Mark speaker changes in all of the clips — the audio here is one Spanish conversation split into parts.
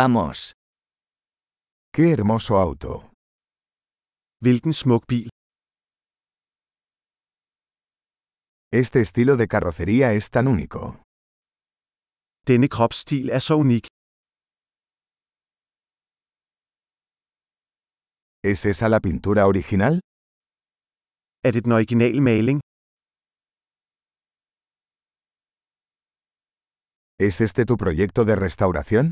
Speaker 1: Vamos.
Speaker 2: Qué hermoso auto.
Speaker 3: Hvilken smuk bil.
Speaker 2: Este estilo de carrocería es tan único.
Speaker 3: Denne kropsstil er så unik.
Speaker 2: ¿Es esa la pintura original?
Speaker 3: Er det den originale maling?
Speaker 2: ¿Es este tu proyecto de restauración?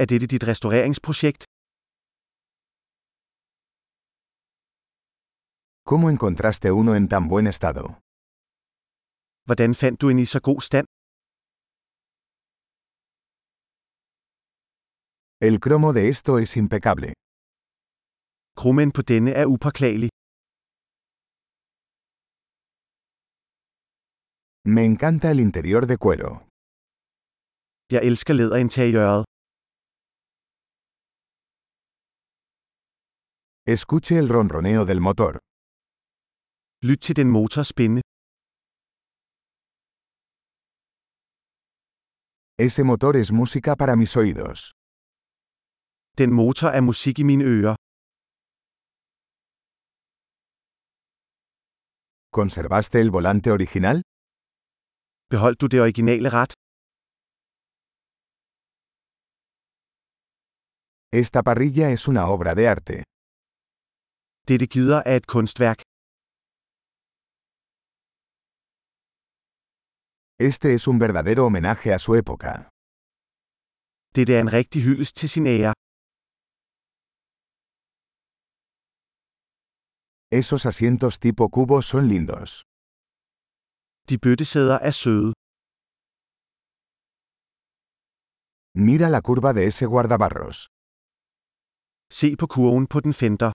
Speaker 3: Er dette dit restaureringsprojekt?
Speaker 2: ¿Cómo encontraste uno en tan buen estado?
Speaker 3: Hvordan fandt du en i så god stand?
Speaker 2: El cromo de esto es impecable.
Speaker 3: Krummen på denne er upåklagelig.
Speaker 2: Me encanta el interior de cuero.
Speaker 3: Jeg elsker læderinteriøret.
Speaker 2: Escuche el ronroneo del motor.
Speaker 3: Lyt til den motorspinde.
Speaker 2: Ese motor es música para mis oídos.
Speaker 3: Den motor er musik i mine ører.
Speaker 2: ¿Conservaste el volante original?
Speaker 3: Beholdt du det originale ret?
Speaker 2: Esta parrilla es una obra de arte.
Speaker 3: Dette gider er et kunstværk.
Speaker 2: Este es un verdadero homenaje a su época.
Speaker 3: Dette er en rigtig hyldest til sin ære.
Speaker 2: Esos asientos tipo cubo son lindos.
Speaker 3: De bøttesæder er søde.
Speaker 2: Mira la curva de ese guardabarros.
Speaker 3: Se på kurven på den fender.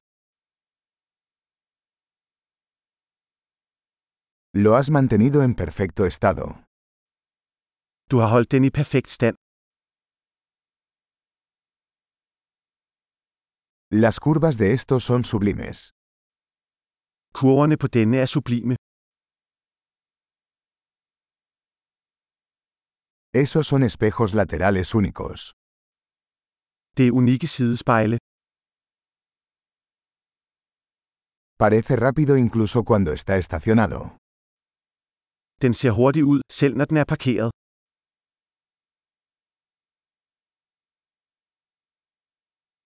Speaker 2: Lo has mantenido en perfecto estado.
Speaker 3: Du har holdt den i perfekt stand.
Speaker 2: Las curvas de estos son sublimes.
Speaker 3: Kurverne på denne er sublime.
Speaker 2: Esos son espejos laterales únicos.
Speaker 3: Det er unikke sidespejle.
Speaker 2: Parece rápido incluso cuando está estacionado.
Speaker 3: Den ser hurtig ud, selv når den er parkeret.